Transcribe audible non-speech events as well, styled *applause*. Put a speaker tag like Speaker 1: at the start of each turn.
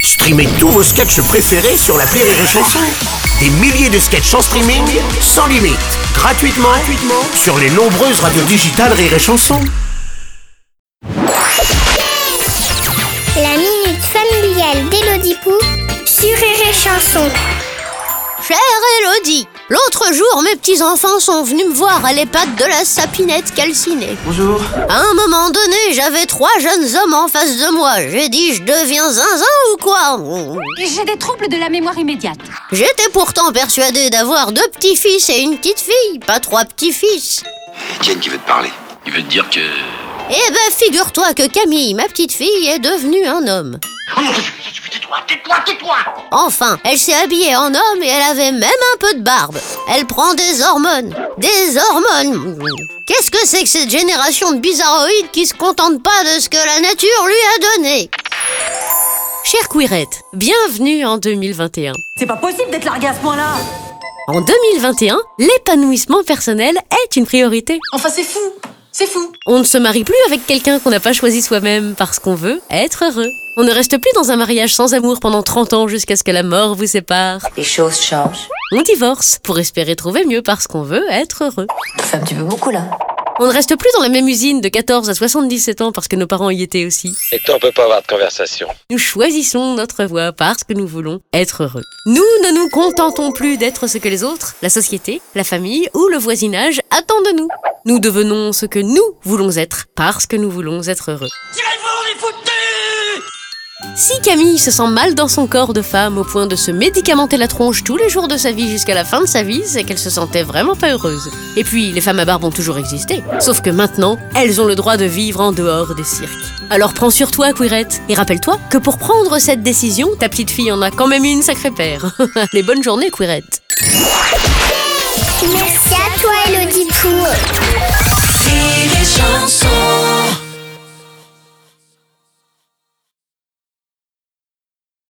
Speaker 1: Streamez tous vos sketchs préférés sur la Rire et Chanson. Des milliers de sketchs en streaming, sans limite, gratuitement, gratuitement sur les nombreuses radios digitales Rire et Chanson.
Speaker 2: La minute familiale d'Élodie Pou sur Rire et Chanson.
Speaker 3: Chère Elodie, l'autre jour, mes petits-enfants sont venus me voir à l'EHPAD de la sapinette calcinée.
Speaker 4: Bonjour.
Speaker 3: À un moment donné, j'avais trois jeunes hommes en face de moi. J'ai dit, je deviens zinzin ou quoi
Speaker 5: J'ai des troubles de la mémoire immédiate.
Speaker 3: J'étais pourtant persuadée d'avoir deux petits-fils et une petite fille, pas trois petits-fils.
Speaker 6: Etienne qui veut te parler.
Speaker 7: Il veut te dire que.
Speaker 3: Eh ben, figure-toi que Camille, ma petite fille, est devenue un homme.
Speaker 6: Oh non, tais-toi, tais-toi, tais-toi
Speaker 3: Enfin, elle s'est habillée en homme et elle avait même un peu de barbe. Elle prend des hormones. Des hormones Qu'est-ce que c'est que cette génération de bizarroïdes qui se contente pas de ce que la nature lui a donné Chère Quirette, bienvenue en 2021.
Speaker 5: C'est pas possible d'être largué à ce point-là.
Speaker 3: En 2021, l'épanouissement personnel est une priorité.
Speaker 8: Enfin, c'est fou C'est fou
Speaker 3: On ne se marie plus avec quelqu'un qu'on n'a pas choisi soi-même parce qu'on veut être heureux. On ne reste plus dans un mariage sans amour pendant 30 ans jusqu'à ce que la mort vous sépare.
Speaker 8: Les choses changent.
Speaker 3: On divorce pour espérer trouver mieux parce qu'on veut être heureux.
Speaker 8: Ça fait un petit peu beaucoup, là.
Speaker 3: On ne reste plus dans la même usine de 14 à 77 ans parce que nos parents y étaient aussi.
Speaker 9: Et toi, on peut pas avoir de conversation.
Speaker 3: Nous choisissons notre voie parce que nous voulons être heureux. Nous ne nous contentons plus d'être ce que les autres, la société, la famille ou le voisinage attendent de nous. Nous devenons ce que nous voulons être parce que nous voulons être heureux. Si Camille se sent mal dans son corps de femme au point de se médicamenter la tronche tous les jours de sa vie jusqu'à la fin de sa vie, c'est qu'elle se sentait vraiment pas heureuse. Et puis, les femmes à barbe ont toujours existé. Sauf que maintenant, elles ont le droit de vivre en dehors des cirques. Alors prends sur toi, Quirette, et rappelle-toi que pour prendre cette décision, ta petite fille *laughs* en a quand même une sacrée paire. les bonnes journées, Quirette.
Speaker 2: Merci